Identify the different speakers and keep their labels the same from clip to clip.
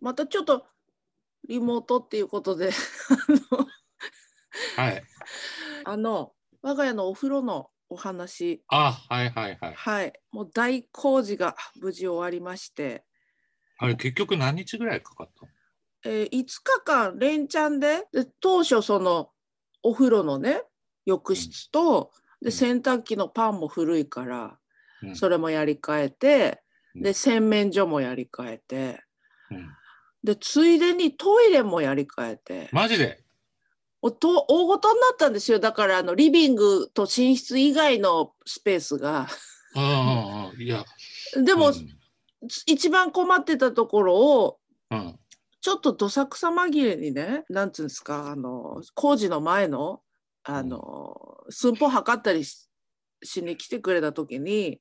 Speaker 1: またちょっとリモートっていうことで
Speaker 2: はい。
Speaker 1: あの我が家のお風呂のお話
Speaker 2: あ、はいはいはい。
Speaker 1: はいもう大工事が無事終わりまして、
Speaker 2: あれ、結局何日ぐらいかかったの
Speaker 1: えー5日間連チャンでで当初そのお風呂のね浴室と、
Speaker 2: う
Speaker 1: で
Speaker 2: ん
Speaker 1: 洗濯機のパンも古いから、
Speaker 2: うん
Speaker 1: それもやり替えて、
Speaker 2: うん
Speaker 1: で洗面所もやり替えて
Speaker 2: うん、
Speaker 1: でついでにトイレもやり替えて。
Speaker 2: マジで
Speaker 1: おと大ごとになったんですよだからあのリビングと寝室以外のスペースが
Speaker 2: うんうんうん。いや。
Speaker 1: でも、
Speaker 2: うん
Speaker 1: 一番困ってたところを
Speaker 2: うん。
Speaker 1: ちょっとどさくさ紛れにねなんつうんですかあの工事の前のあの寸法測ったりししに来てくれた時に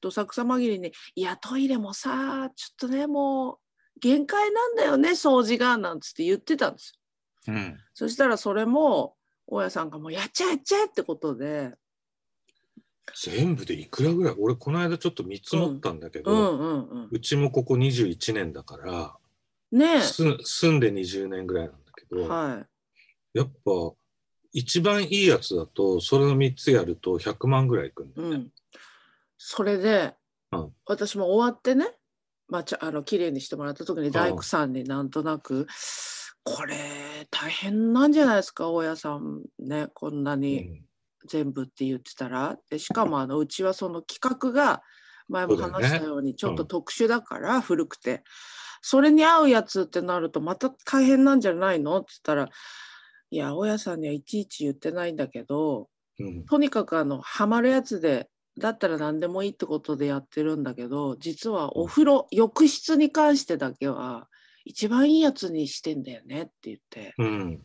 Speaker 1: どさくさ紛れに「いやトイレもさちょっとねもう限界なんだよね掃除が」なんつって言ってたんですよ
Speaker 2: うん。
Speaker 1: そしたらそれも大家さんがもうやっちゃえやっちゃえってことで、
Speaker 2: 全部でいくらぐらい俺、この間ちょっと見積もったんだけど、
Speaker 1: う
Speaker 2: うん
Speaker 1: うんうん。
Speaker 2: ちもここ21年だから、
Speaker 1: ね
Speaker 2: す住んで20年ぐらいなんだけ
Speaker 1: え、
Speaker 2: ど、
Speaker 1: は
Speaker 2: やっぱ、一番いいやつだと、それの3つやると100万ぐらいいくん
Speaker 1: い、
Speaker 2: だよ
Speaker 1: う
Speaker 2: ね。
Speaker 1: ん。それで、
Speaker 2: うん
Speaker 1: 私も終わってね、まあ、ちゃあの綺麗にしてもらった時に大工さんになんとなく、これ大変なんじゃないですか大家さんねこんな
Speaker 2: う
Speaker 1: に
Speaker 2: ん
Speaker 1: 全部って言ってたらでしかもあのうちはその企画が前も
Speaker 2: そうだよね
Speaker 1: 話したようにちょっと
Speaker 2: うん
Speaker 1: 特殊だから古くてそれに合うやつってなるとまた大変なんじゃないのって言ったらいや大家さんにはいちいち言ってないんだけど
Speaker 2: うん。
Speaker 1: とにかくあのハマるやつでだったら何でもいいってことでやってるんだけど実はお風呂浴室に関してだけは一番いいやつにしてんだよねって言って。
Speaker 2: うん。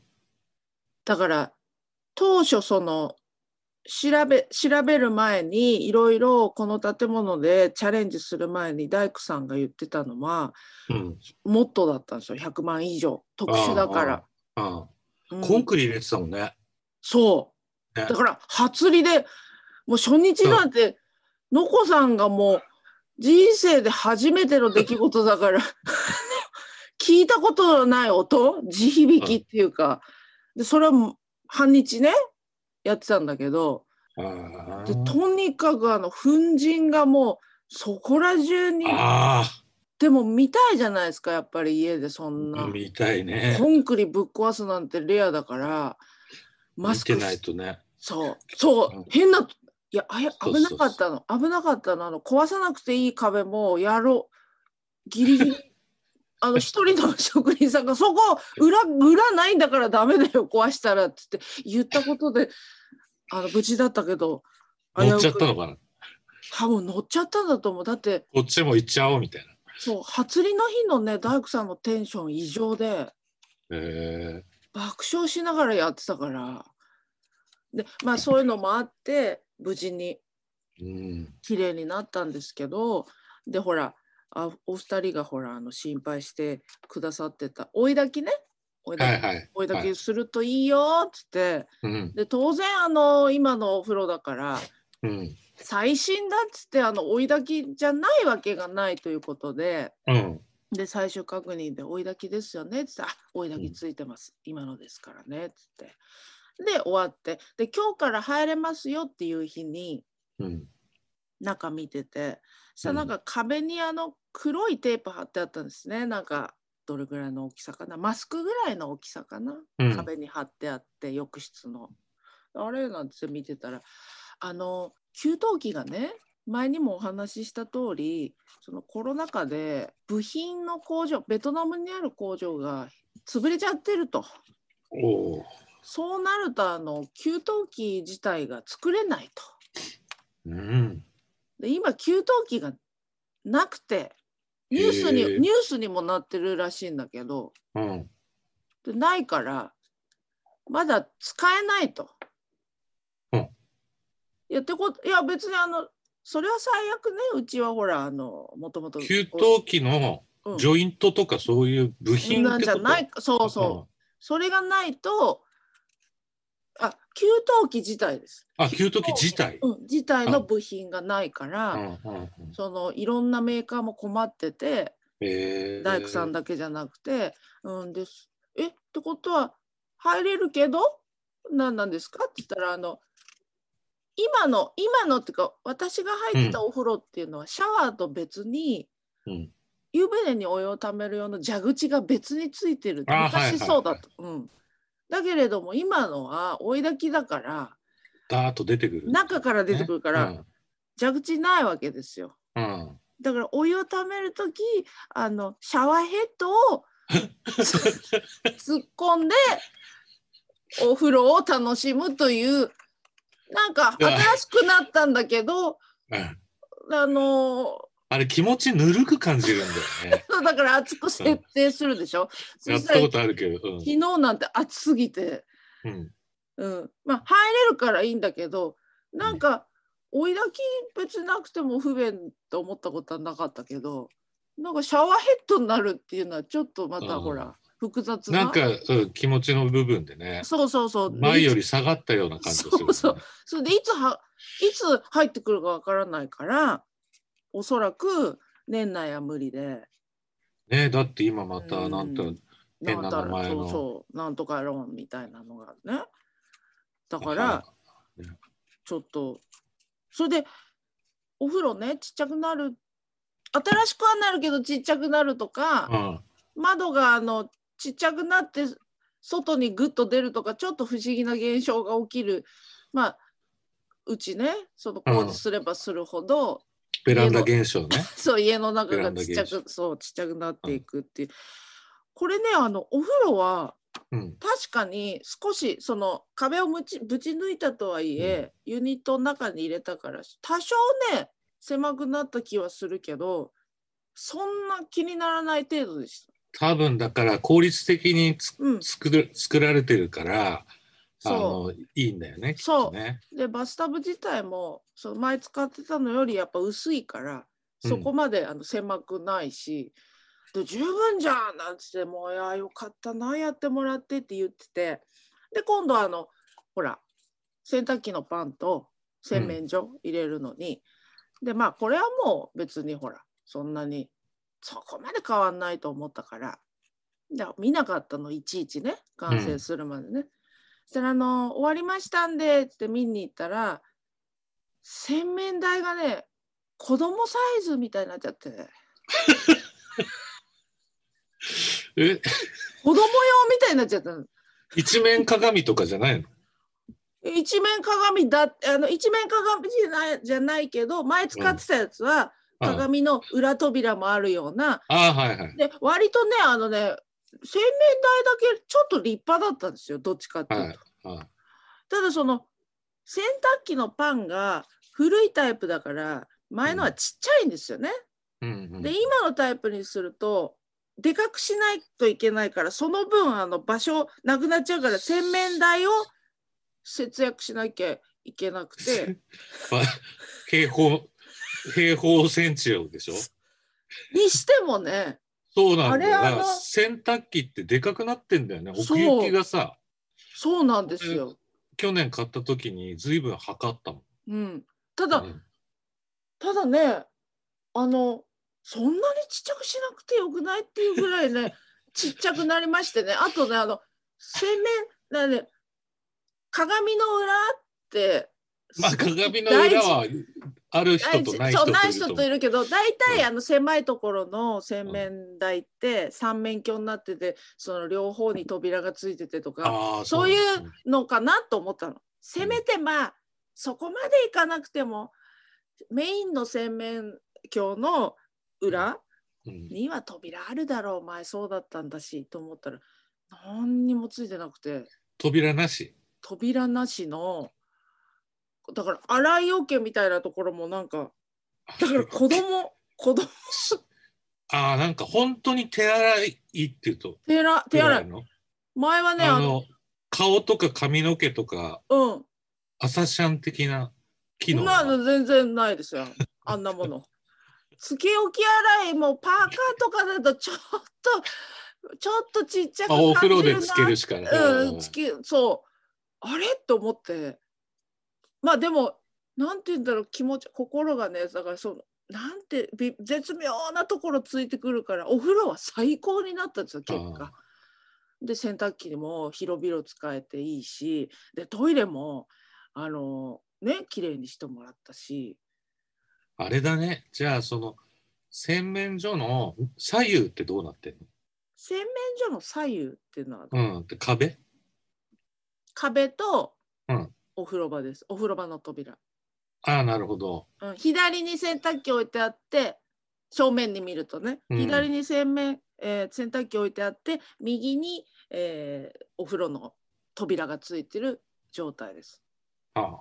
Speaker 1: だから当初その調べ調べる前にいろいろこの建物でチャレンジする前に大工さんが言ってたのは
Speaker 2: うん。
Speaker 1: モットーだったんですよ100万以上特殊だから。
Speaker 2: ああ。
Speaker 1: うん
Speaker 2: コンクリ入れてたもんね。
Speaker 1: そう
Speaker 2: ね
Speaker 1: だから初売りでもう初日なんてのこさんがもう人生で初めての出来事だから 聞いたことのない音地響きっていうかでそれはもう半日ねやってたんだけど
Speaker 2: ああ
Speaker 1: でとにかくあの粉塵がもうそこら中に
Speaker 2: あ
Speaker 1: でも見たいじゃないですかやっぱり家でそん
Speaker 2: あ、
Speaker 1: な
Speaker 2: 見たいね
Speaker 1: コ。ンクリぶっ壊すなんてレアだからマ
Speaker 2: 見
Speaker 1: ス
Speaker 2: て
Speaker 1: ク
Speaker 2: ないとね。
Speaker 1: そうそううん変なといやあや
Speaker 2: そう
Speaker 1: 危
Speaker 2: そ
Speaker 1: な
Speaker 2: うそう
Speaker 1: かったの危なかったのあの壊さなくていい壁もやろうギリギリ あの一人の職人さんが「そこ裏裏ないんだからダメだよ壊したら」っつって言ったことであの無事だったけど
Speaker 2: 乗っちゃった
Speaker 1: の
Speaker 2: のかな。
Speaker 1: はもう乗っちゃったんだと思うだって
Speaker 2: こっちも行っちゃおうみたいな。
Speaker 1: そう初売りの日のね大工さんのテンション異常で。
Speaker 2: え
Speaker 1: 爆笑しながらやってたからでまあそういうのもあって無事に
Speaker 2: えうん。
Speaker 1: 綺麗になったんですけどでほらあお二人がほらあの心配してくださってた追いだきね追いだき,、
Speaker 2: はいはい。
Speaker 1: 追いだ
Speaker 2: はい
Speaker 1: きするといいよっつって
Speaker 2: うん。
Speaker 1: で当然あの今のお風呂だから
Speaker 2: うん。
Speaker 1: 最新だっつってあの追いだきじゃないわけがないということで。
Speaker 2: うん。
Speaker 1: で最終確認で「追い炊きですよね」っつって「あ追い炊きついてます、今のですからね」っつってで終わってで今日から入れますよっていう日に
Speaker 2: うん。
Speaker 1: 中見ててさ
Speaker 2: うん
Speaker 1: なんか壁にあの黒いテープ貼ってあったんですねなんかどれぐらいの大きさかなマスクぐらいの大きさかな、
Speaker 2: うん
Speaker 1: 壁に貼ってあって浴室のあれなんて見てたらあの給湯器がね前にもお話しした通りそのコロナ禍で部品の工場ベトナムにある工場が潰れちゃってると
Speaker 2: おお。
Speaker 1: そうなるとあの給湯器自体が作れないと。
Speaker 2: うん。
Speaker 1: で今給湯器がなくてニュースに、
Speaker 2: へー
Speaker 1: ニュースにもなってるらしいんだけど
Speaker 2: うん。
Speaker 1: でないからまだ使えないと。
Speaker 2: うん
Speaker 1: いやってこといや別にあのそれは最悪ねうちはほらあのもともと
Speaker 2: 給湯器の
Speaker 1: うん
Speaker 2: ジョイントとかそういう部品って
Speaker 1: な
Speaker 2: こ
Speaker 1: ん
Speaker 2: と
Speaker 1: じゃないかそうそう、それがないとあ給湯器自体です、
Speaker 2: うんあ、給湯器自体。
Speaker 1: うん、自体の部品がないから、
Speaker 2: うんうんうん
Speaker 1: そのいろんなメーカーも困ってて
Speaker 2: えー、
Speaker 1: 大工さんだけじゃなくて、うんです。えってことは入れるけど何なんですかって言ったらあの今の今のっていうか私が入ってたお風呂っていうのは、シャワーと別に
Speaker 2: うん、
Speaker 1: 湯船にお湯をためる用の蛇口が別についてる
Speaker 2: あーはいはい
Speaker 1: 昔そうだった、うん、だけれども今のは追い焚きだから
Speaker 2: ダーッと出てくる。
Speaker 1: 中から出てくるから、
Speaker 2: ね
Speaker 1: 蛇口ないわけですよ。
Speaker 2: うんうん
Speaker 1: だからお湯をためるときあのシャワーヘッド を突っ込んでお風呂を楽しむというなんか
Speaker 2: いや
Speaker 1: 新しくなったんだけど
Speaker 2: うん
Speaker 1: あの。
Speaker 2: あれ気持ちぬるく感じるんだよね
Speaker 1: だから熱く設定するでしょ。 そ
Speaker 2: やっ
Speaker 1: した
Speaker 2: た
Speaker 1: ら
Speaker 2: こ
Speaker 1: 昨
Speaker 2: とあるけど、うん
Speaker 1: 日なんて暑すぎて、
Speaker 2: うん、
Speaker 1: うん、まあ入れるからいいんだけどなんか追い焚き別なくても不便と思ったことはなかったけどなんかシャワーヘッドになるっていうのはちょっとまた
Speaker 2: うん
Speaker 1: ほら複雑な
Speaker 2: なんか、うん、気持ちの部分でね、
Speaker 1: そうそうそう
Speaker 2: 前よ
Speaker 1: り
Speaker 2: り下がったような感じがする、ね。
Speaker 1: そうそうそれでいつはいつ入ってくるかわからないからおそらく年内は無理で
Speaker 2: ね、だって今またなんて、
Speaker 1: うん
Speaker 2: 変な名
Speaker 1: ん
Speaker 2: 前
Speaker 1: そ
Speaker 2: の
Speaker 1: うそうなんとかローンみたいなのがねだからちょっとそれでお風呂ねちっちゃくなる新しくはなるけどちっちゃくなるとか、
Speaker 2: うん、
Speaker 1: 窓があのちっちゃくなって外にグッと出るとかちょっと不思議な現象が起きるまあうちねその工事すればするほど、
Speaker 2: ベランダ現象ね。
Speaker 1: そう家の中がちっ
Speaker 2: ベ
Speaker 1: ち
Speaker 2: ラ
Speaker 1: ゃ
Speaker 2: ンダ現
Speaker 1: くそうちっちゃくなっていくっていう、これねあのお風呂は
Speaker 2: うん、
Speaker 1: 確かに少しその壁をぶちぶち抜いたとはいえ、ユニットの中に入れたから多少ね狭くなった気はするけどそんな気にならない程度でした。
Speaker 2: 多分だから効率的につ
Speaker 1: うん、
Speaker 2: 作る作られてるから、あ
Speaker 1: そ
Speaker 2: のいいんだよね。きっ
Speaker 1: そう
Speaker 2: とね。
Speaker 1: うでバスタブ自体もその前使ってたのよりやっぱ薄いから
Speaker 2: うん
Speaker 1: そこまであの狭くないし、で十分じゃんなんつってもういやよかったなやってもらってって言っててで今度はあのほら洗濯機のパンと洗面所入れるのに、でまあこれはもう別にほらそんなにそこまで変わんないと思ったからで見なかったのいちいちね完成するまでね。そしたらあの「終わりましたんで」って見に行ったら洗面台がね子供サイズみたいになっちゃって
Speaker 2: え、
Speaker 1: 子供用みたいになっちゃったの
Speaker 2: 一面鏡とかじゃないの？
Speaker 1: 一面鏡だあの一面鏡じゃないじゃないけど前使ってたやつは
Speaker 2: うん
Speaker 1: 鏡の裏扉もあるような、
Speaker 2: ああはいはい。
Speaker 1: で割とねあのね洗面台だけちょっと立派だったんですよどっちかっていうと、
Speaker 2: はいはい
Speaker 1: ただその洗濯機のパンが古いタイプだから前のはちっちゃいんですよね、
Speaker 2: うんうん。
Speaker 1: で今のタイプにするとでかくしないといけないからその分あの場所なくなっちゃうから洗面台を節約しなきゃいけなくて
Speaker 2: わ平方平方センチよでしょ。
Speaker 1: にしてもね
Speaker 2: そうなんだよ。
Speaker 1: あれあの
Speaker 2: だから洗濯機ってでかくなってんだよね。
Speaker 1: そう
Speaker 2: 奥行きがさ、
Speaker 1: そうなんですよ。
Speaker 2: 去年買った時に随分測ったもん。
Speaker 1: うん、ただ、
Speaker 2: うん
Speaker 1: ただねあのそんなにちっちゃくしなくてよくないっていうぐらい ねちっちゃくなりましてねあとねあの洗面だね鏡の裏って
Speaker 2: まあ
Speaker 1: すごく
Speaker 2: 鏡の
Speaker 1: 大事
Speaker 2: 裏はある人とない人
Speaker 1: そうない
Speaker 2: といる
Speaker 1: 人
Speaker 2: と
Speaker 1: とい
Speaker 2: 思う。
Speaker 1: るけど大
Speaker 2: う
Speaker 1: 体
Speaker 2: ん
Speaker 1: あの狭いところの洗面台って三面鏡になっててその両方に扉がついててとか
Speaker 2: ああ
Speaker 1: そうい
Speaker 2: なんだ
Speaker 1: うのかなと思ったの。せめてまあそこまでいかなくてもメインの洗面鏡の裏
Speaker 2: うん
Speaker 1: には扉あるだろう前そうだったんだしと思ったら何にもついてなくて
Speaker 2: 扉なし。
Speaker 1: 扉なしのだから洗い桶みたいなところもなんかだから子供子供
Speaker 2: ああなんか本当に手洗いっていうと
Speaker 1: 手洗い手洗い
Speaker 2: の
Speaker 1: 前はねあ
Speaker 2: あ
Speaker 1: の
Speaker 2: の顔とか髪の毛とか
Speaker 1: うん
Speaker 2: 朝シャン的な機能
Speaker 1: まあ
Speaker 2: が
Speaker 1: 全然ないです よあんなもの。つけ置き洗いもパーカーとかだとちょっとちょっとちっちゃく
Speaker 2: まあ
Speaker 1: 感じるな
Speaker 2: お風呂でつけるしかない。
Speaker 1: うん、つけそうあれと思ってまあでもなんて言うんだろう気持ち心がねだからそのなんてび絶妙なところついてくるからお風呂は最高になったんですよ結
Speaker 2: あ
Speaker 1: 果。で洗濯機も広々使えていいしでトイレもあのね綺麗にしてもらったし
Speaker 2: あれだね。じゃあ、その、洗面所の左右ってどうなってん
Speaker 1: 洗面所の左右っていうのは
Speaker 2: のうん。で、壁
Speaker 1: 壁と
Speaker 2: うん
Speaker 1: お風呂場です、お風呂場の扉、
Speaker 2: ああ、なるほど。
Speaker 1: うん、左に洗濯機置いてあって正面に見るとね
Speaker 2: うん
Speaker 1: 左に洗面、えー洗濯機置いてあって右に、えーお風呂の扉がついてる状態です
Speaker 2: ああ。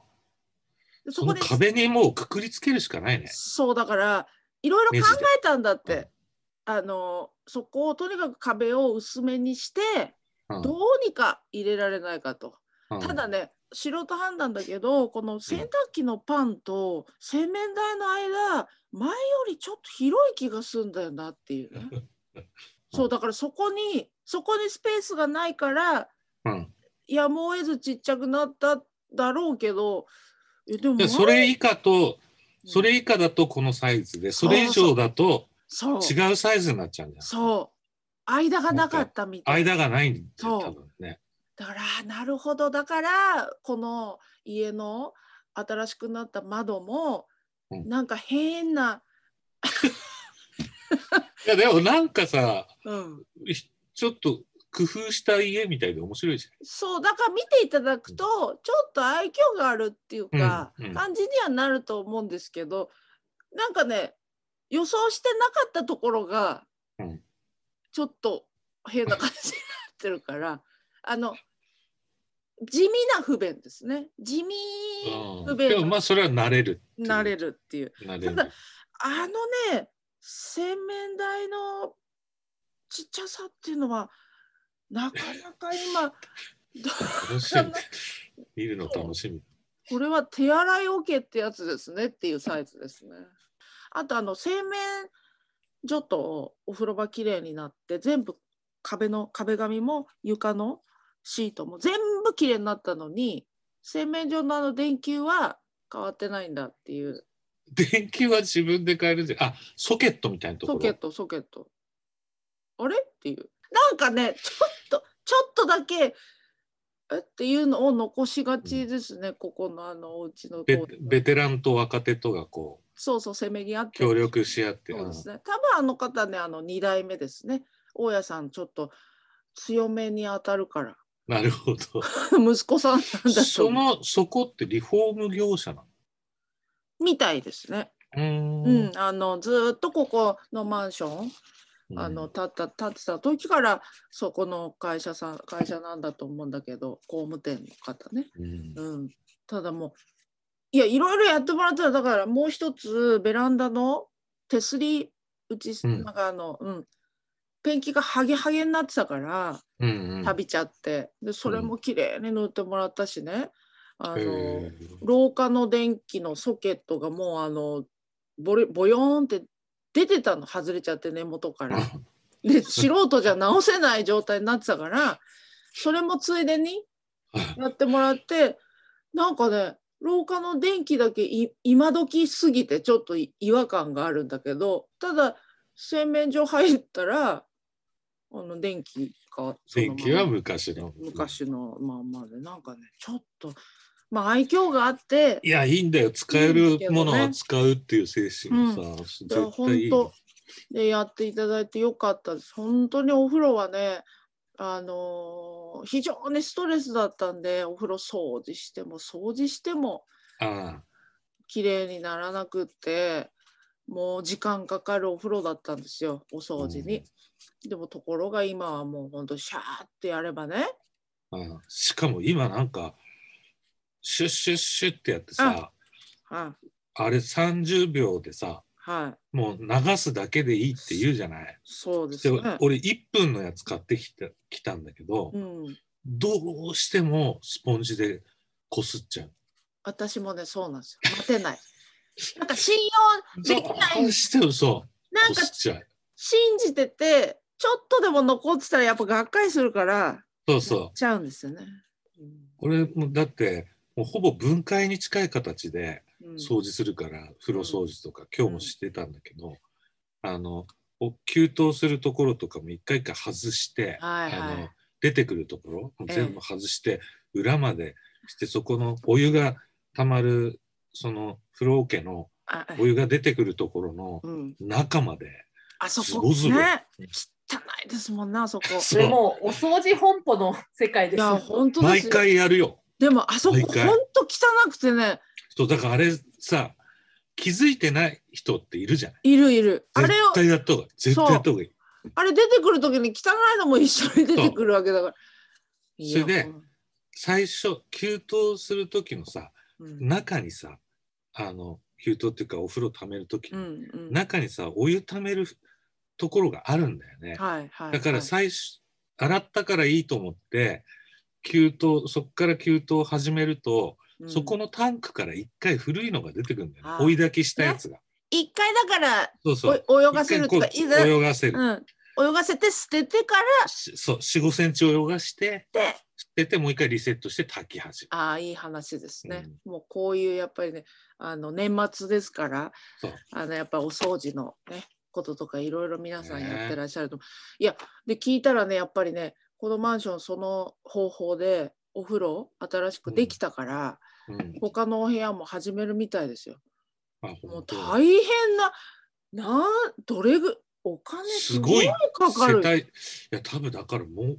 Speaker 1: で
Speaker 2: その
Speaker 1: で
Speaker 2: 壁にもうくくりつけるしかないね。
Speaker 1: そうだからいろいろ考えたんだって、あのそこをとにかく壁を薄めにして
Speaker 2: うん
Speaker 1: どうにか入れられないかと。
Speaker 2: うん
Speaker 1: ただね素人判断だけどこの洗濯機のパンと洗面台の間前よりちょっと広い気がするんだよなっていうね そうだからそこにそこにスペースがないから
Speaker 2: うん。
Speaker 1: やむを得ずちっちゃくなっただろうけどえでも
Speaker 2: じゃあ
Speaker 1: 前
Speaker 2: それ以下と、それ以下だとこのサイズで、それ以上だと
Speaker 1: そう
Speaker 2: 違うサイズになっちゃうんじゃん。
Speaker 1: そう間がなかったみたいな
Speaker 2: 間がないんで、
Speaker 1: そう
Speaker 2: 多分ね。
Speaker 1: だからあなるほどだからこの家の新しくなった窓も、
Speaker 2: うん
Speaker 1: なんか変な、
Speaker 2: いや、でもなんかさ、
Speaker 1: うん、
Speaker 2: ひちょっと工夫した家みたいで面白いじ
Speaker 1: そうだから見ていただくとちょっと愛嬌があるっていうか、
Speaker 2: うんうん
Speaker 1: 感じにはなると思うんですけどなんかね予想してなかったところが、
Speaker 2: うん
Speaker 1: ちょっと変な感じになってるから あの地味な不便ですね地味
Speaker 2: ゃん。う
Speaker 1: 不
Speaker 2: ん、で
Speaker 1: 便
Speaker 2: もまあそれは慣れる。
Speaker 1: になれるっていう
Speaker 2: 慣れる
Speaker 1: ただあのね洗面台のちっちゃさっていうのはなかなか今ど
Speaker 2: 楽しみ。見るの楽しみ。
Speaker 1: これは手洗いおけってやつですねっていうサイズですね。あとあの洗面所とお風呂場きれいになって全部壁の壁紙も床のシートも全部きれいになったのに洗面所のあの電球は変わってないんだっていう
Speaker 2: 電球は自分で変えるじゃん。あ、ソケットみたいなとこ
Speaker 1: ソ
Speaker 2: ろ。
Speaker 1: ケットソケットあれっていうなんかねちょっとちょっとだけえっていうのを残しがちですね、ここのあのお家の
Speaker 2: ベ
Speaker 1: こう
Speaker 2: ベテランと若手とがこう
Speaker 1: そうそうせめぎ合って
Speaker 2: 協力し合って、
Speaker 1: そう
Speaker 2: う
Speaker 1: で
Speaker 2: ん
Speaker 1: すね。多分あの方ね、あの二代目ですね。大家さんちょっと強めに当たるから、
Speaker 2: なるほど。
Speaker 1: 息子さんなんだと
Speaker 2: そ
Speaker 1: 思
Speaker 2: のそこってリフォーム業者な
Speaker 1: うみたいですね。う
Speaker 2: の。うーん
Speaker 1: ん、あのずーっとここのマンション、
Speaker 2: うん
Speaker 1: あの建った建ってた時からそこの会社さん会社なんだと思うんだけど、工務店の方ね。
Speaker 2: うん
Speaker 1: うん、ただもういやいろいろやってもらったらだからもう一つベランダの手すりうち、
Speaker 2: うん
Speaker 1: なんかあの、うん、ペンキがハゲハゲになってたから
Speaker 2: うんうん。
Speaker 1: はびちゃってでそれも綺麗に塗ってもらったしね、あ
Speaker 2: へ
Speaker 1: の
Speaker 2: ー
Speaker 1: 廊下の電気のソケットがもうあのボレボヨーンって出てたの外れちゃって根元から。 で素人じゃ直せない状態になってたからそれもついでにやってもらってなんかね廊下の電気だけい今時すぎてちょっとい違和感があるんだけどただ洗面所入ったらあの電気がそのま
Speaker 2: 電
Speaker 1: ま
Speaker 2: 気は昔の。
Speaker 1: 昔のまんまでなんかねちょっとまあ愛嬌があって
Speaker 2: いや、いいんだよ。使えるものは使うっていう精神さ、絶
Speaker 1: いや
Speaker 2: 対い
Speaker 1: 本
Speaker 2: い。
Speaker 1: 当でやっていただいてよかったです。本当にお風呂はね、あのー非常にストレスだったんで、お風呂掃除しても掃除しても
Speaker 2: あ
Speaker 1: 綺麗にならなくって、もう時間かかるお風呂だったんですよ、お掃除に。でもところが今はもう本当シャーってやればね、
Speaker 2: あああしかも今なんか、シュッシュッシュッってやってさ、
Speaker 1: は
Speaker 2: あれ30秒でさ、
Speaker 1: い、はい、
Speaker 2: もう流すだけでいいって言うじゃない。
Speaker 1: そうです
Speaker 2: で
Speaker 1: ね。
Speaker 2: 俺1分のやつ買ってきたきたんだけど、
Speaker 1: うん、
Speaker 2: どうしてもスポンジでこすっちゃう。
Speaker 1: 私もね、そうなんですよ。待てない。なんか信用、できない
Speaker 2: どうしてもそう、
Speaker 1: な
Speaker 2: こ
Speaker 1: んか
Speaker 2: すっちゃう。
Speaker 1: 信じててちょっとでも残ってたらやっぱがっかりするから
Speaker 2: そうそ
Speaker 1: や
Speaker 2: う
Speaker 1: っ。ちゃうんですよね。
Speaker 2: これもだってもうほぼ分解に近い形で
Speaker 1: うんうん
Speaker 2: 掃除するから、風呂掃除とか、今日もしてたんだけど、あの、お給湯するところとかも一回一回外して、
Speaker 1: はいはい
Speaker 2: あの出てくるところも
Speaker 1: ええ
Speaker 2: 全部外して、裏までして、そこのお湯が溜まる、その風呂桶の
Speaker 1: あ
Speaker 2: お湯が出てくるところの
Speaker 1: うん、
Speaker 2: 中まで、
Speaker 1: あそ
Speaker 2: ズ
Speaker 1: こ
Speaker 2: ボズボ
Speaker 1: ね汚いですもんなあそこ。
Speaker 2: そ
Speaker 3: それもうお掃除本舗の世界
Speaker 1: い
Speaker 3: です
Speaker 1: や
Speaker 3: よ。
Speaker 1: 本当で
Speaker 2: 毎
Speaker 1: すよ。
Speaker 2: 回やるよ。
Speaker 1: でもあそこ
Speaker 2: 毎
Speaker 1: 本
Speaker 2: 回
Speaker 1: 当汚くてね
Speaker 2: そう、だからあれさ、気づいてない人っているじゃない
Speaker 1: いるいる。あ
Speaker 2: 絶
Speaker 1: れを
Speaker 2: 対やった方がいい。絶対やった方がいい。
Speaker 1: あれ出てくる時に汚いのも一緒に出てくるわけだから。いや
Speaker 2: それで最初、給湯する時のさ、
Speaker 1: うん
Speaker 2: 中にさ、あの、給湯っていうかお風呂溜める時
Speaker 1: う
Speaker 2: に、
Speaker 1: んうん、
Speaker 2: 中にさ、お湯溜めるところがあるんだよね。
Speaker 1: はいはい、
Speaker 2: だから最初、洗ったからいいと思って、給湯、そこから給湯始めると、
Speaker 1: うん
Speaker 2: そこのタンクから一回古いのが出てくるんだよね。
Speaker 1: あー
Speaker 2: 追い炊きしたやつが。
Speaker 1: 一回だから
Speaker 2: そうそう。
Speaker 1: お泳がせるとか
Speaker 2: 一
Speaker 1: い
Speaker 2: 回こ
Speaker 1: ざ、
Speaker 2: う泳がせる。
Speaker 1: うん、泳がせて捨ててから
Speaker 2: しそう45センチ泳がして
Speaker 1: で
Speaker 2: 捨ててもう一回リセットして炊き始め
Speaker 1: ああいい話ですね、もうこういうやっぱりねあの年末ですから
Speaker 2: そう
Speaker 1: あのやっぱお掃除のねこととかいろいろ皆さん
Speaker 2: ねえ
Speaker 1: やってらっしゃると、いやで聞いたらねやっぱりねこのマンションその方法でお風呂新しくできたから、
Speaker 2: る、うん、
Speaker 1: 他のお部屋も始めるみたいですよ。
Speaker 2: あ
Speaker 1: もう
Speaker 2: 本当だ
Speaker 1: 大変ななんどれぐお金す
Speaker 2: す
Speaker 1: ご
Speaker 2: ご
Speaker 1: い
Speaker 2: い
Speaker 1: かかる
Speaker 2: 世帯いや多分だからもう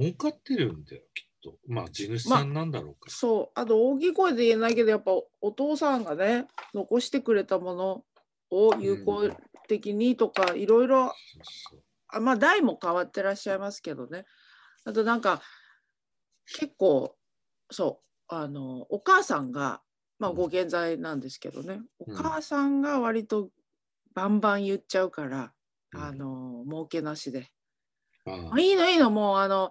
Speaker 2: 儲かってるんだよきっとまあ地主さんなんだろうか、
Speaker 1: そうあと大きい声で言えないけどやっぱお父さんがね残してくれたものを有効的にとかいろいろ
Speaker 2: そう
Speaker 1: あまあ代も変わってらっしゃいますけどねあとなんか結構そうあのお母さんがまあ
Speaker 2: うん
Speaker 1: ご健在なんですけどね、
Speaker 2: う
Speaker 1: お
Speaker 2: ん
Speaker 1: 母さんが割とバンバン言っちゃうから、
Speaker 2: うん
Speaker 1: あの儲けなしで。
Speaker 2: そうあ
Speaker 1: あいいのいいのもうあの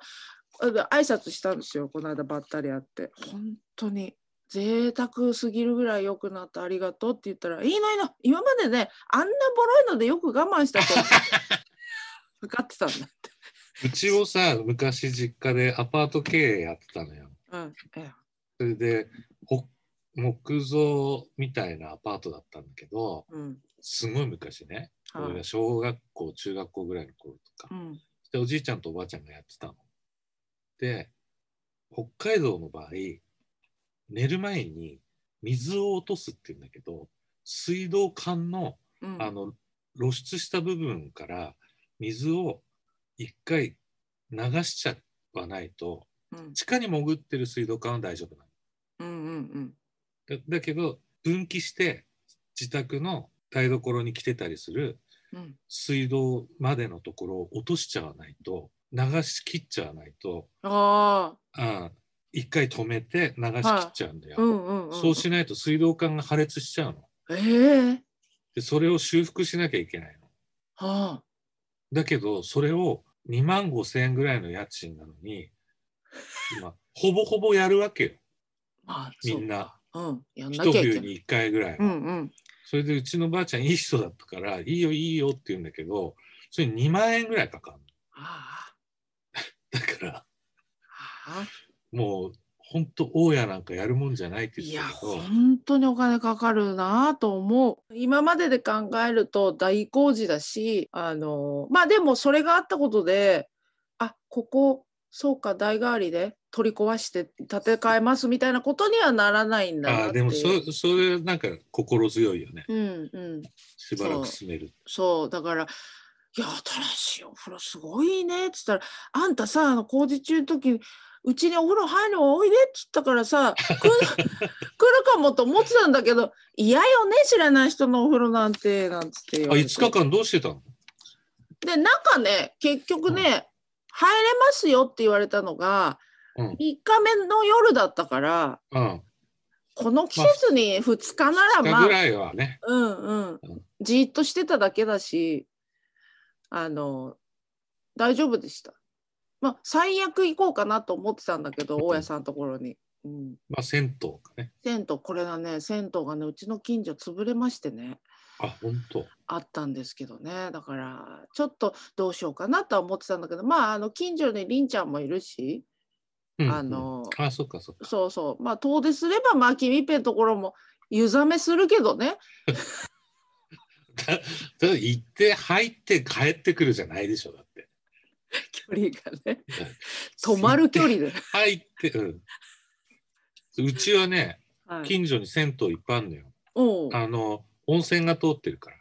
Speaker 1: あの挨拶したんですよこの間ばったり会って本当に贅沢すぎるぐらい良くなったありがとうって言ったらいいのいいの今までねあんなボロいのでよく我慢した と分かってたんだって、
Speaker 2: うちをさ昔実家でアパート経営やってたのよ
Speaker 1: うんえ
Speaker 2: それでほ木造みたいなアパートだったんだけど
Speaker 1: えうん
Speaker 2: すごい昔ね
Speaker 1: はい
Speaker 2: 俺が小学校中学校ぐらいの頃とか
Speaker 1: う、ん
Speaker 2: で、おじいちゃんとおばあちゃんがやってたの。で、北海道の場合、寝る前に水を落とすって言うんだけど、水道管の、
Speaker 1: うん
Speaker 2: あの、露出した部分から水を一回流しちゃわないと、
Speaker 1: うん
Speaker 2: 地下に潜ってる水道管は大丈夫な
Speaker 1: うんうん
Speaker 2: の。だだけど、分岐して自宅の台所に来てたりする
Speaker 1: うんうん
Speaker 2: 水道までのところを落としちゃわないと流し切っちゃわないと
Speaker 1: ああ
Speaker 2: ああ一回止めて流し切っちゃうんだよ、
Speaker 1: うんうん、うん、
Speaker 2: そうしないと水道管が破裂しちゃうの
Speaker 1: ええ
Speaker 2: でそれを修復しなきゃいけないの
Speaker 1: はあ
Speaker 2: だけどそれを2万5千円ぐらいの家賃なのに今ほぼほぼやるわけよ
Speaker 1: まあ
Speaker 2: みんな
Speaker 1: そううんやんな
Speaker 2: 一
Speaker 1: きゃい
Speaker 2: 冬
Speaker 1: けない
Speaker 2: に1回ぐらいは、
Speaker 1: うんうん
Speaker 2: それでうちのばあちゃんいい人だったからいいよいいよって言うんだけどそれ2万円ぐらいかかる
Speaker 1: あ
Speaker 2: だから
Speaker 1: あああ
Speaker 2: もう本当大家なんかやるもんじゃないって
Speaker 1: いや
Speaker 2: 言ってたけど
Speaker 1: 本当にお金かかるなぁと思う今までで考えると大工事だしあのまあでもそれがあったことであここそうか代替わりで取り壊して建て替えますみたいなことにはならないんだな
Speaker 2: あ
Speaker 1: って
Speaker 2: あ
Speaker 1: い
Speaker 2: で
Speaker 1: う
Speaker 2: もそそれなんか心強いよね
Speaker 1: うんうん
Speaker 2: しばらく住める
Speaker 1: そうだから「いや新しいお風呂すごいね」っつったら「あんたさあの工事中の時にうちにお風呂入るのおいで」っつったから さ来る来るかもと思ってたんだけど「嫌よね知らない人のお風呂なんて」なんつって言
Speaker 2: あ
Speaker 1: われて
Speaker 2: 5日間どうしてたの
Speaker 1: で中ね結局ね、入れますよって言われたのが、
Speaker 2: うん
Speaker 1: 3日目の夜だったから
Speaker 2: うん
Speaker 1: この季節に2日なら
Speaker 2: 2
Speaker 1: ま
Speaker 2: 日
Speaker 1: あ
Speaker 2: ぐらいはね
Speaker 1: うんうん
Speaker 2: うん、
Speaker 1: じーっとしてただけだしあの大丈夫でしたまあ最悪行こうかなと思ってたんだけど
Speaker 2: うん
Speaker 1: 大家さんのところに、うん、
Speaker 2: まあ銭湯かね
Speaker 1: 銭湯これがね銭湯がねうちの近所潰れましてね
Speaker 2: あ本当
Speaker 1: あったんですけどねだからちょっとどうしようかなとは思ってたんだけどまああの近所にりんちゃんもいるし、
Speaker 2: うん
Speaker 1: あの
Speaker 2: あそっかそっか
Speaker 1: そうそうまあ遠出すればまあ君っぺんところも湯冷めするけどね
Speaker 2: だだ行って入って帰ってくるじゃないでしょだって
Speaker 1: 距離が ね止まる距離で、
Speaker 2: 入ってうんうちはね
Speaker 1: はい、
Speaker 2: 近所に銭湯いっぱいあるのよ
Speaker 1: おうえ
Speaker 2: あの温泉が通ってるから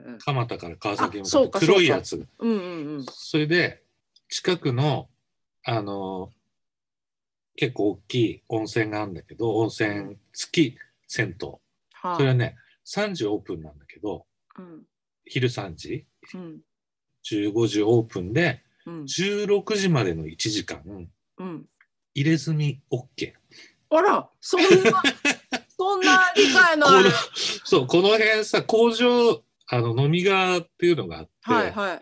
Speaker 1: えええ
Speaker 2: 蒲田から川崎に
Speaker 1: あ
Speaker 2: 向
Speaker 1: そ
Speaker 2: かっ
Speaker 1: うか
Speaker 2: て黒いやつが
Speaker 1: うんうんうん
Speaker 2: それで近くのあの結構大きい温泉があるんだけど温泉付き銭湯そ
Speaker 1: は
Speaker 2: れ
Speaker 1: い、
Speaker 2: はね3時オープンなんだけど
Speaker 1: うん
Speaker 2: 昼3時
Speaker 1: うん
Speaker 2: 15時オープンで
Speaker 1: うん
Speaker 2: 16時までの1時間
Speaker 1: うん
Speaker 2: 入れ墨 OK
Speaker 1: あらそ んなそんな理解の
Speaker 2: こ
Speaker 1: あ
Speaker 2: の
Speaker 1: る
Speaker 2: そうこの辺さ工場あの飲み側っていうのがあって、
Speaker 1: はいはい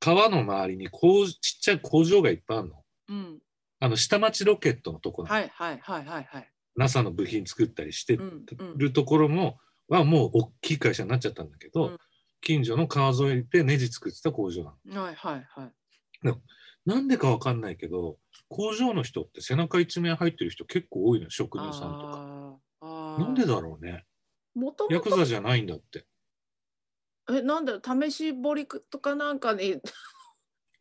Speaker 2: 川の周りにこうちっちゃい工場がいっぱいあるの
Speaker 1: うん
Speaker 2: あの下町ロケットのところ、
Speaker 1: はいはいはいはいはい
Speaker 2: NASA の部品作ったりして
Speaker 1: うんうん
Speaker 2: るところも、はもう大きい会社になっちゃったんだけど、
Speaker 1: うん
Speaker 2: 近所の川沿いでネジ作ってた工場なの
Speaker 1: はいはいはい
Speaker 2: なんでかわかんないけど工場の人って背中一面入ってる人結構多いの職人さんとか
Speaker 1: あーあ
Speaker 2: なんでだろうね
Speaker 1: もと
Speaker 2: ヤ
Speaker 1: も
Speaker 2: ク
Speaker 1: と
Speaker 2: ザじゃないんだって
Speaker 1: えなんだろう試し彫りとかなんかに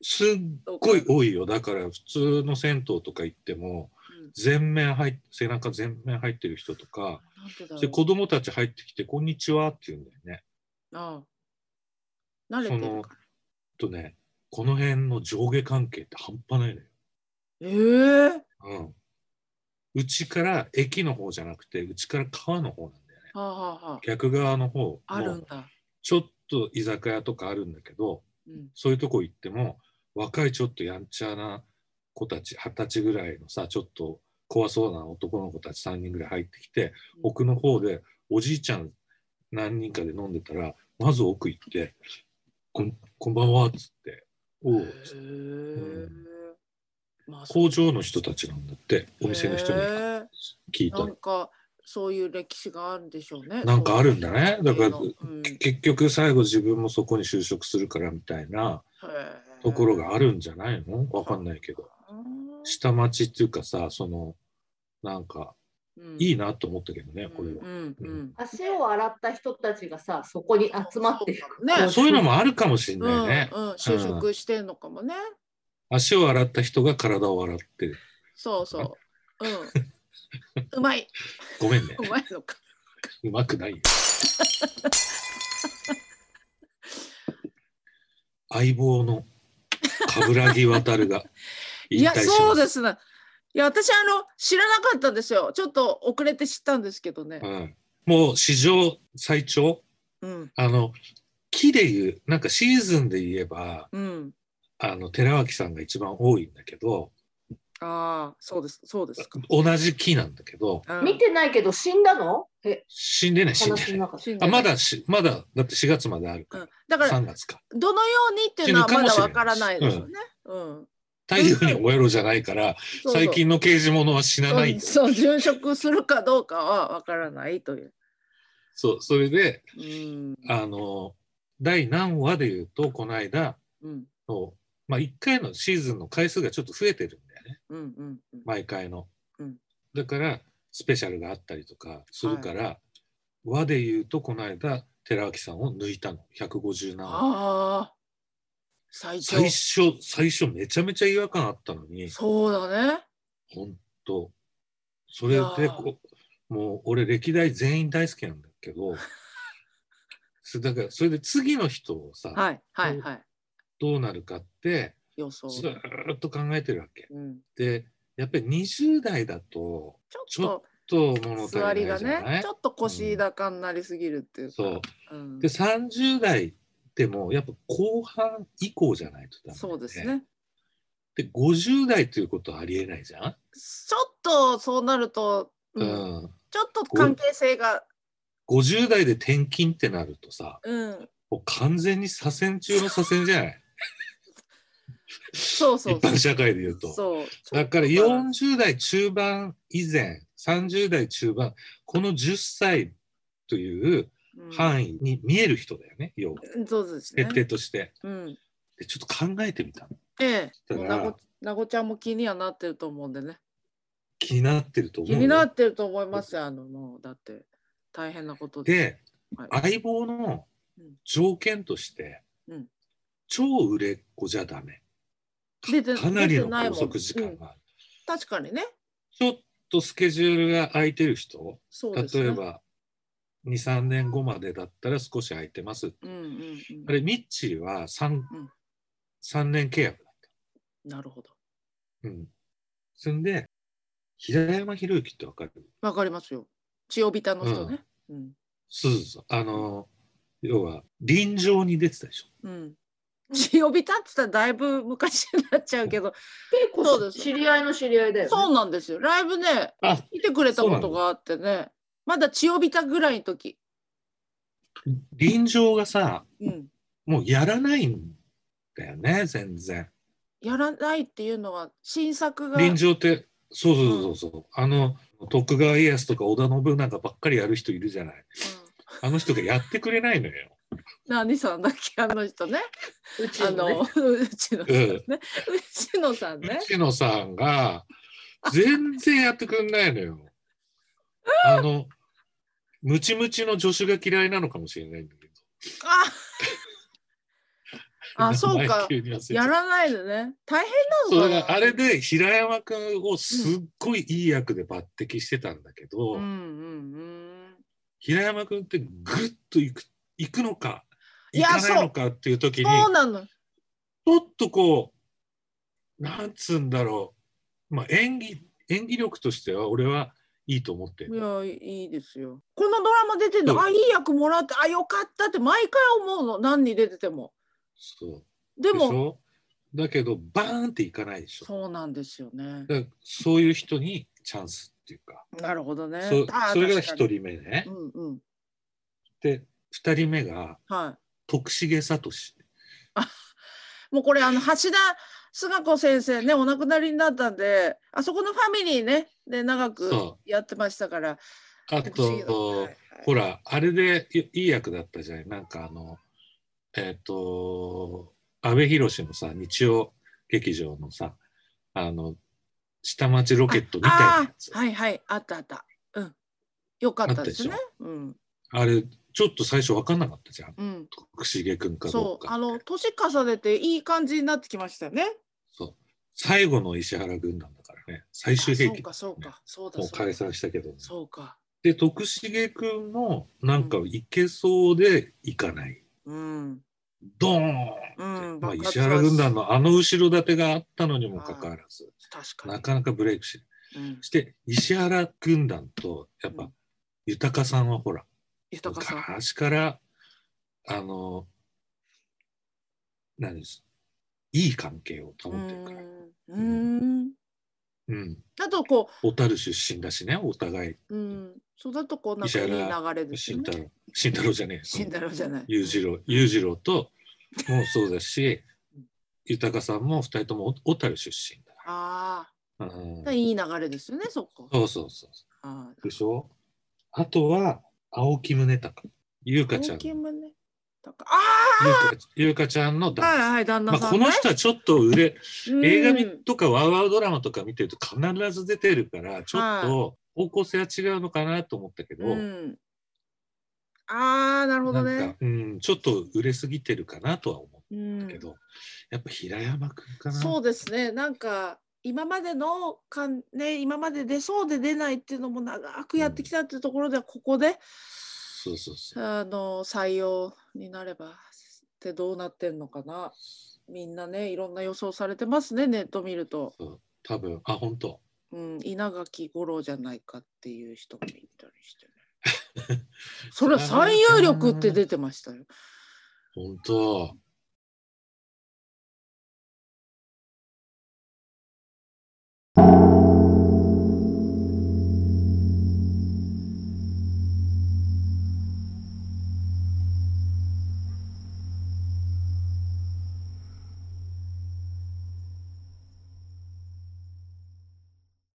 Speaker 2: すっごい多いよだから普通の銭湯とか行っても全面入っ背中全面入ってる人とか
Speaker 1: なんでだろ
Speaker 2: で
Speaker 1: う
Speaker 2: 子供たち入ってきて「こんにちは」って言うんだよね。
Speaker 1: ああ慣れて
Speaker 2: その
Speaker 1: るから
Speaker 2: とねこの辺の上下関係って半端ないのよ。
Speaker 1: ええ
Speaker 2: うんうちから駅の方じゃなくてうちから川の方なんだよね
Speaker 1: はあはあはあ
Speaker 2: 逆側の方
Speaker 1: ある
Speaker 2: の
Speaker 1: んだ、
Speaker 2: ちょっと居酒屋とかあるんだけど
Speaker 1: うん、
Speaker 2: そういうとこ行っても若いちょっとやんちゃな子たち二十歳ぐらいのさちょっと怖そうな男の子たち3人ぐらい入ってきて
Speaker 1: うん
Speaker 2: 奥の方でおじいちゃん何人かで飲んでたらまず奥行って「こんこんばんは」っつって「おう
Speaker 1: へえまあ
Speaker 2: 工場の人たちなんだってお店の人に
Speaker 1: へ
Speaker 2: 聞い
Speaker 1: えな
Speaker 2: た
Speaker 1: んかそういう歴史があるんでしょうね
Speaker 2: なんかあるんだねだから
Speaker 1: そういうのうん
Speaker 2: け結局最後自分もそこに就職するからみたいな
Speaker 1: へえ
Speaker 2: ところがあるんじゃないのわかんないけど
Speaker 1: うん
Speaker 2: 下町っていうかさそのなんか
Speaker 1: うん
Speaker 2: いいなと思ったけどねこれ
Speaker 1: う
Speaker 2: は、
Speaker 1: んうん
Speaker 3: 足を洗った人たちがさ、そこに集まってる。
Speaker 1: うんね
Speaker 2: そういうのもあるかもしれないね、
Speaker 1: うんうん、就職してんのかもね、
Speaker 2: 足を洗った人が体を洗ってる
Speaker 1: そうそう うんうまい
Speaker 2: ごめんね
Speaker 1: うまいのか
Speaker 2: うまく ないよ相棒の冠城渡が
Speaker 1: い
Speaker 2: 引退
Speaker 1: や
Speaker 2: します
Speaker 1: そうですねいや私あの知らなかったんですよちょっと遅れて知ったんですけどね
Speaker 2: う、ん、もう史上最長
Speaker 1: うん
Speaker 2: あの木でいうなんかシーズンで言えば
Speaker 1: うん、
Speaker 2: あの寺脇さんが一番多いんだけど
Speaker 1: ああそうですそうですか、
Speaker 2: 同じ木なんだけど
Speaker 1: うん
Speaker 3: 見てないけど死んだのえ、
Speaker 2: 死んでない死んで
Speaker 3: 話
Speaker 2: ない
Speaker 3: の中で。
Speaker 1: 死んで
Speaker 2: あ
Speaker 1: ない
Speaker 2: まだしまだだって4月まである
Speaker 1: う
Speaker 2: か、
Speaker 1: ん、だからら
Speaker 2: 3月か
Speaker 1: どのようにっていうのは
Speaker 2: 死ぬか
Speaker 1: ま
Speaker 2: も
Speaker 1: だ
Speaker 2: しれな
Speaker 1: わ
Speaker 2: い
Speaker 1: からないですよね、うん
Speaker 2: 太陽に終えろじゃないから
Speaker 1: そうそう
Speaker 2: 最近の刑事物は死なない
Speaker 1: そうそう殉職するかどうかはわからないという、
Speaker 2: そうそれで
Speaker 1: うん
Speaker 2: あの第何話で言うとこの間
Speaker 1: うん
Speaker 2: の、まあ、1回のシーズンの回数がちょっと増えてるんだよね
Speaker 1: うんうんうん
Speaker 2: 毎回の、
Speaker 1: うん
Speaker 2: だからスペシャルがあったりとかするから、和で言うとこの間寺脇さんを抜いたの157話
Speaker 1: ああ最長
Speaker 2: 最初最初めちゃめちゃ違和感あったのに
Speaker 1: そうだね
Speaker 2: 本当それ
Speaker 1: い
Speaker 2: で
Speaker 1: や
Speaker 2: こもう俺歴代全員大好きなんだけ どそだからそれで次の人をさ、
Speaker 1: はいはいはい
Speaker 2: どうなるかって
Speaker 1: 予想
Speaker 2: ずーっと考えてるわけ
Speaker 1: うん、
Speaker 2: でやっぱり20代だと
Speaker 1: ちょっと
Speaker 2: と物足りな
Speaker 1: 座
Speaker 2: い
Speaker 1: り
Speaker 2: じゃ
Speaker 1: が
Speaker 2: な
Speaker 1: ね
Speaker 2: い
Speaker 1: ちょっと腰高になりすぎるっていうか、
Speaker 2: そう
Speaker 1: うん
Speaker 2: で30代でもやっぱ後半以降じゃないとダメだよ
Speaker 1: そうですね
Speaker 2: で50代ということはありえないじゃん、
Speaker 1: ちょっとそうなると、う
Speaker 2: うんん
Speaker 1: ちょっと関係性が、
Speaker 2: 50代で転勤ってなるとさ
Speaker 1: うん、
Speaker 2: もう完全に左遷中の左遷じゃない
Speaker 1: そうそう
Speaker 2: 一般社会で言うと
Speaker 1: そう
Speaker 2: だから
Speaker 1: ちょっとバランス
Speaker 2: 40代中盤以前30代中盤この10歳という範囲に見える人だよね、要は
Speaker 1: うん、そうですね
Speaker 2: 設、定として
Speaker 1: うん、
Speaker 2: でちょっと考えてみたの
Speaker 1: ええ
Speaker 2: だ
Speaker 1: もう
Speaker 2: から
Speaker 1: なごなごちゃんも気にはなってると思うんでね
Speaker 2: 気になってると思う
Speaker 1: 気になってると思いますよあのもうだって大変なことす
Speaker 2: で、
Speaker 1: はい
Speaker 2: 相棒の条件として、
Speaker 1: うん
Speaker 2: 超売れっ子じゃダメ。
Speaker 1: 出て
Speaker 2: かなり
Speaker 1: 出て
Speaker 2: の
Speaker 1: ないもん
Speaker 2: 拘束時間がある。
Speaker 1: 確かにね。
Speaker 2: ちょっとスケジュールが空いてる人、
Speaker 1: そう
Speaker 2: 例
Speaker 1: ですね。
Speaker 2: え。ば2、3年後までだったら少し空いてますって。
Speaker 1: うんうんうん。
Speaker 2: あれ、ミッチーは 3,、
Speaker 1: うん
Speaker 2: 三年契約だっ
Speaker 1: なるほど。
Speaker 2: た。うん。そんで、平山博之ってわかる
Speaker 1: わかりますよ。千代ビタの人ね。うん。
Speaker 2: すずさん。あの、要は、臨場に出てたでしょ。
Speaker 1: うん。千代ビタって言ったらだいぶ昔になっちゃうけど、
Speaker 3: 結
Speaker 1: そうで
Speaker 3: 構
Speaker 1: す
Speaker 3: 知り合いの知り合いだよ、ね。
Speaker 1: そうなんですよ。ライブね、
Speaker 2: あ、
Speaker 1: 来てくれたことがあってね、まだ千代ビタぐらいの時。
Speaker 2: 臨場がさ、
Speaker 1: うん。
Speaker 2: もうやらないんだよね、全然。
Speaker 1: やらないっていうのは新作が。
Speaker 2: 臨場って、そうそうそうそう。あの、徳川家康とか織田信長ばっかりやる人いるじゃない。
Speaker 1: うん
Speaker 2: あの人がやってくれないのよ。
Speaker 1: 何さんだっけあ の人ね。
Speaker 3: うち
Speaker 1: あ
Speaker 3: のね
Speaker 1: の、うちのさんね。うちのさん ね。
Speaker 2: 内野さんが全然やってくんないのよ。あの、ムチムチの助手が嫌いなのかもしれないんだけど。
Speaker 1: ああ、そうか。
Speaker 2: 名前急に忘れち
Speaker 1: や
Speaker 2: ゃった
Speaker 1: らないでね。大変
Speaker 2: そ
Speaker 1: な
Speaker 2: う
Speaker 1: の
Speaker 2: だ
Speaker 1: か
Speaker 2: から
Speaker 1: な。
Speaker 2: あれで平山くんをすっごいいい役で抜擢してたんだけど、
Speaker 1: うんうんうん。
Speaker 2: 平山くんってぐっと行く行くのか
Speaker 1: い
Speaker 2: 行
Speaker 1: や
Speaker 2: かないのかっていう時に
Speaker 1: そうなの。
Speaker 2: ちょっとこうなんつうんだろう、まあ、演技演技力としては俺はいいと思ってる
Speaker 1: いや、いいですよ。このドラマ出てんの、
Speaker 2: そう
Speaker 1: あ、いい役もらって、あ、よかったって毎回思うの。何に出てても。
Speaker 2: そう
Speaker 1: で
Speaker 2: でし
Speaker 1: も、
Speaker 2: ょだけどバーンっていかないでしょ
Speaker 1: そうなんですよね。
Speaker 2: だからそういう人にチャンスっていうか、
Speaker 1: なるほどね。
Speaker 2: そ
Speaker 1: あ
Speaker 2: それが
Speaker 1: 確
Speaker 2: 1
Speaker 1: かに
Speaker 2: 人目ね、
Speaker 1: うんうん。
Speaker 2: で2人目が
Speaker 1: は
Speaker 2: 徳重聡
Speaker 1: い。もうこれ、あの、橋田須賀子先生ね、お亡くなりになったんで、あそこのファミリーね、で、長く
Speaker 2: そ
Speaker 1: やってましたから。
Speaker 2: あ
Speaker 1: 不思議だ
Speaker 2: と、
Speaker 1: はいはい
Speaker 2: ほらあれでいいい役だったじゃないなんかあのえっ、と阿部寛のさ日曜劇場のさあの下町ロケットみたいなやつ
Speaker 1: ああはいはい、あったあった。うん。よかったですね
Speaker 2: あっ。
Speaker 1: うん。
Speaker 2: あれちょっと最初分かんなかったじゃん
Speaker 1: うん。
Speaker 2: 徳重君かど
Speaker 1: そうう、
Speaker 2: か
Speaker 1: あの、年重ねていい感じになってきましたよね。
Speaker 2: そう最後の石原軍団だからね最終兵器
Speaker 1: あそうか、そうか、そうだ。
Speaker 2: もう
Speaker 1: そう
Speaker 2: 解
Speaker 1: だ
Speaker 2: 散したけど、ね、
Speaker 1: そうか。
Speaker 2: で徳重君もなんかいけそうでいかない、
Speaker 1: うん。
Speaker 2: ドーン
Speaker 1: うん。
Speaker 2: まあ、
Speaker 1: 爆発
Speaker 2: 石
Speaker 1: は
Speaker 2: 原軍団のあの後ろ盾があったのにもかかわらず、
Speaker 1: 確か
Speaker 2: な
Speaker 1: に。
Speaker 2: かなかブレイクしない。
Speaker 1: うん
Speaker 2: そして、石原軍団と、やっ
Speaker 1: う
Speaker 2: ぱ
Speaker 1: ん、
Speaker 2: 豊さんはほら、
Speaker 1: 豊さん。
Speaker 2: 昔から、あの、何です、いい関係を保
Speaker 1: う
Speaker 2: ってるから。
Speaker 1: ん。うん。
Speaker 2: うん。
Speaker 1: だとこ
Speaker 2: 小樽出身だしね、お互い。
Speaker 1: う、うん。そうだとこう、なんかいい
Speaker 2: 石
Speaker 1: 流
Speaker 2: 原
Speaker 1: れですよ
Speaker 2: 慎
Speaker 1: ね
Speaker 2: 太。郎、慎太郎じゃねえよ。
Speaker 1: 慎太郎じゃない。
Speaker 2: 裕次郎、裕次郎と、もうそうだし、豊さんも二人とも小樽出身だ。
Speaker 1: あ
Speaker 2: うん
Speaker 1: あ、だからいい流れですよね、そこ。
Speaker 2: そうそうそう。
Speaker 1: あ
Speaker 2: でしょあとは、青木宗隆。優
Speaker 1: あ。
Speaker 2: 香ちゃん。
Speaker 1: 金
Speaker 2: 優
Speaker 1: もね。だからあ
Speaker 2: 香優香ちゃんの
Speaker 1: あ、は
Speaker 2: 旦那。
Speaker 1: いはい、旦
Speaker 2: ま
Speaker 1: 那
Speaker 2: あ、
Speaker 1: さ
Speaker 2: こ
Speaker 1: んね
Speaker 2: の。人はちょっと売れ、映画
Speaker 1: 見
Speaker 2: 見とかワウワウドラマとか見てると必ず出てるから、ちょっと方向性は違うのかなと思ったけど、
Speaker 1: うん、ああなるほ
Speaker 2: な
Speaker 1: ど
Speaker 2: んか、
Speaker 1: ね。
Speaker 2: うん、ちょっと売れすぎてるかなとは思
Speaker 1: う
Speaker 2: うんけど、やっぱ平山くんかな。
Speaker 1: そうですねなんか今までのかん、ね、今まで出そうで出ないっていうのも長くやってきたっていうところで、ここで
Speaker 2: そうそうそう。
Speaker 1: あの採用になればってどうなってんのかなみんなねいろんな予想されてますねネット見ると、
Speaker 2: そう多分、あ、本当。
Speaker 1: うん、稲垣吾郎じゃないかっていう人もいたりしてねそれは最有力って出てましたよ。
Speaker 2: 本当。